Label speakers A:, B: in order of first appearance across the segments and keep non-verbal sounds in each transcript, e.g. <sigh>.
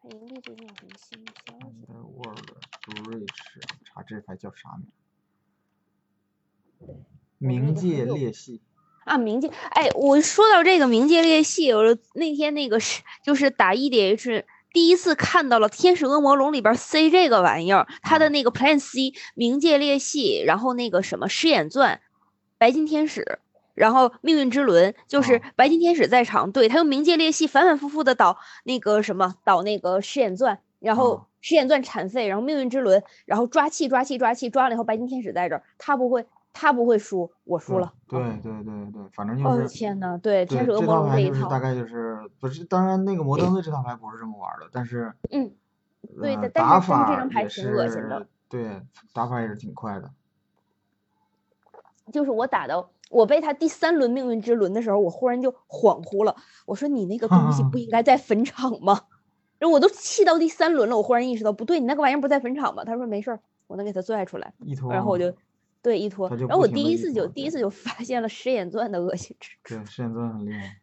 A: 它盈利最近有什么新的消息？
B: Underworld Bridge 查这牌叫啥名？
A: 那
B: 冥
A: 个
B: 界
A: 很有
B: 裂隙，
A: 啊，冥界，哎，我说到这个冥界裂隙，我那天那个是就是打 EDH 第一次看到了《天使恶魔龙》里边塞这个玩意儿，它
B: 嗯
A: 的那个 Plan C 冥界裂隙，然后那个什么狮眼钻、白金天使，然后命运之轮，就是
B: 哦
A: 白金天使在场，对他用冥界裂隙反反复复的倒那个什么倒那个狮眼钻，然
B: 哦
A: 后狮眼钻铲废，然后命运之轮，然后抓气抓气抓气抓了以后，白金天使在这儿，他不会他不会输，我输
B: 对
A: 了。啊
B: 对对对对，反正就
A: 哦
B: 是。
A: 天呐，对，
B: 对，
A: 天使恶
B: 这
A: 魔
B: 套
A: 龙这
B: 牌
A: 一
B: 就是
A: 套，
B: 大概就是不是，当然那个摩登的这套牌不是这么玩儿的，但是
A: 嗯，对
B: 呃
A: 的但
B: 打
A: 是真的这
B: 法
A: 张牌
B: 也
A: 挺恶心的
B: 是，对，打法也是挺快的。
A: 就是我打到我被他第三轮命运之轮的时候，我忽然就恍惚了，我说你那个东西
B: 啊
A: 不应该在坟场吗？然后我都气到第三轮了，我忽然意识到不对，你那个玩意儿不在坟场吗？他说没事儿，我能给他拽出来，
B: 一拖，
A: 然后我就。对，一拖，
B: 他就
A: 然后
B: 不
A: 我
B: 停
A: 第
B: 地
A: 一
B: 一
A: 次
B: 拖
A: 就第一
B: 对
A: 次就发现了狮眼钻的恶心之处，
B: 对，施剑尊很厉害。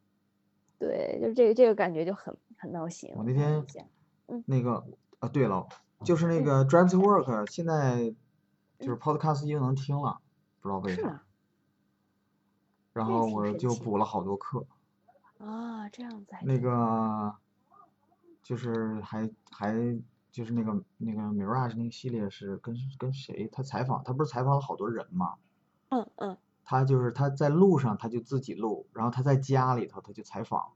A: 对，就这个这个感觉就很很闹心。
B: 我那
A: 看了
B: 天
A: 一下
B: 那个啊，对了，就是那
A: 嗯
B: 个 Drive to Work，现在就是
A: 嗯
B: Podcast 又能听了，不知道为
A: 是
B: 啥。
A: 吗？
B: 然
A: 这
B: 后
A: 挺
B: 我
A: 神
B: 就
A: 奇
B: 补了好多课，
A: 啊，这样子还
B: 那
A: 挺
B: 个就是还还就是那个那个 Mirage 那个系列是跟跟谁？他采访，他不是采访了好多人嘛？
A: 嗯嗯
B: 他就是他在路上他就自己录，然后他在家里头他就采访，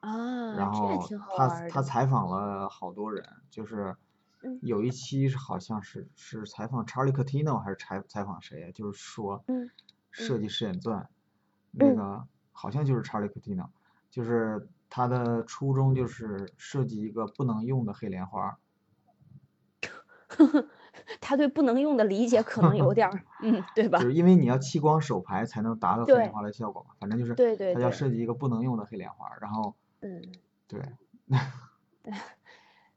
A: 啊，
B: 然
A: 这还
B: 后
A: 挺好玩
B: 他
A: 儿
B: 他
A: 的。
B: 采访了好多人，就是
A: 嗯
B: 有一期是好像是是采访 Charlie Catino 还是采采访谁呀？啊就是说
A: 嗯
B: 设
A: 嗯
B: 计师演钻，那
A: 嗯
B: 个好像就是 Charlie Catino，就是他的初衷就是设计一个不能用的黑莲花儿，
A: 他对不能用的理解可能有点儿， <laughs> 嗯，对吧
B: 就？是因为你要弃光手牌才能达到黑
A: 对
B: 莲花的效果嘛，反正就是
A: 对对
B: 他要
A: 对
B: 设计一个不能用的黑莲花儿，然后
A: 嗯，
B: 对。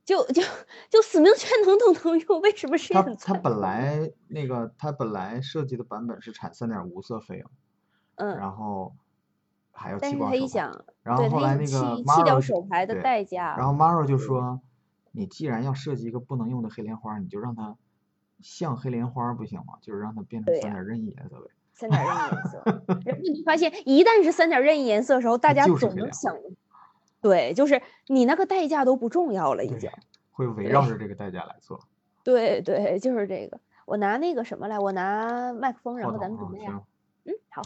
A: 就就就死命圈能都能用，为什么是
B: 它
A: 眼
B: 它
A: 钻
B: 本
A: 头
B: 来那个它本来设计的版本是产三点无色飞影，
A: <laughs> 嗯，
B: 然后还要
A: 但
B: 弃
A: 是
B: 光
A: 他
B: 手
A: 一
B: 牌，
A: 想，
B: 然后
A: 对
B: 后
A: 他
B: 来
A: 一
B: 那个
A: 弃弃
B: Maro
A: 掉
B: 就
A: 手牌的
B: 对
A: 代价，
B: 然后 Maro 就
A: 对
B: 说，你既然要设计一个不能用的黑莲花，你就让它像黑莲花不行吗？就是让它变成
A: 对
B: 三
A: 呀
B: 点任意颜色呗。
A: 三点任意颜
B: <laughs>
A: 色，然后你发现一旦是三点任意颜色的时候，大
B: 它
A: 家
B: 就是
A: 总
B: 黑
A: 能
B: 莲花
A: 想，对，就是你那个代价都不重要了，已经
B: 对。，会围
A: 对
B: 绕着这个代价来做。
A: 对对，就是这个。我拿那个什么来，我拿麦克风，然
B: 话
A: 后咱
B: 筒
A: 们准
B: 啊，
A: 备啊。嗯，
B: 行。
A: 好。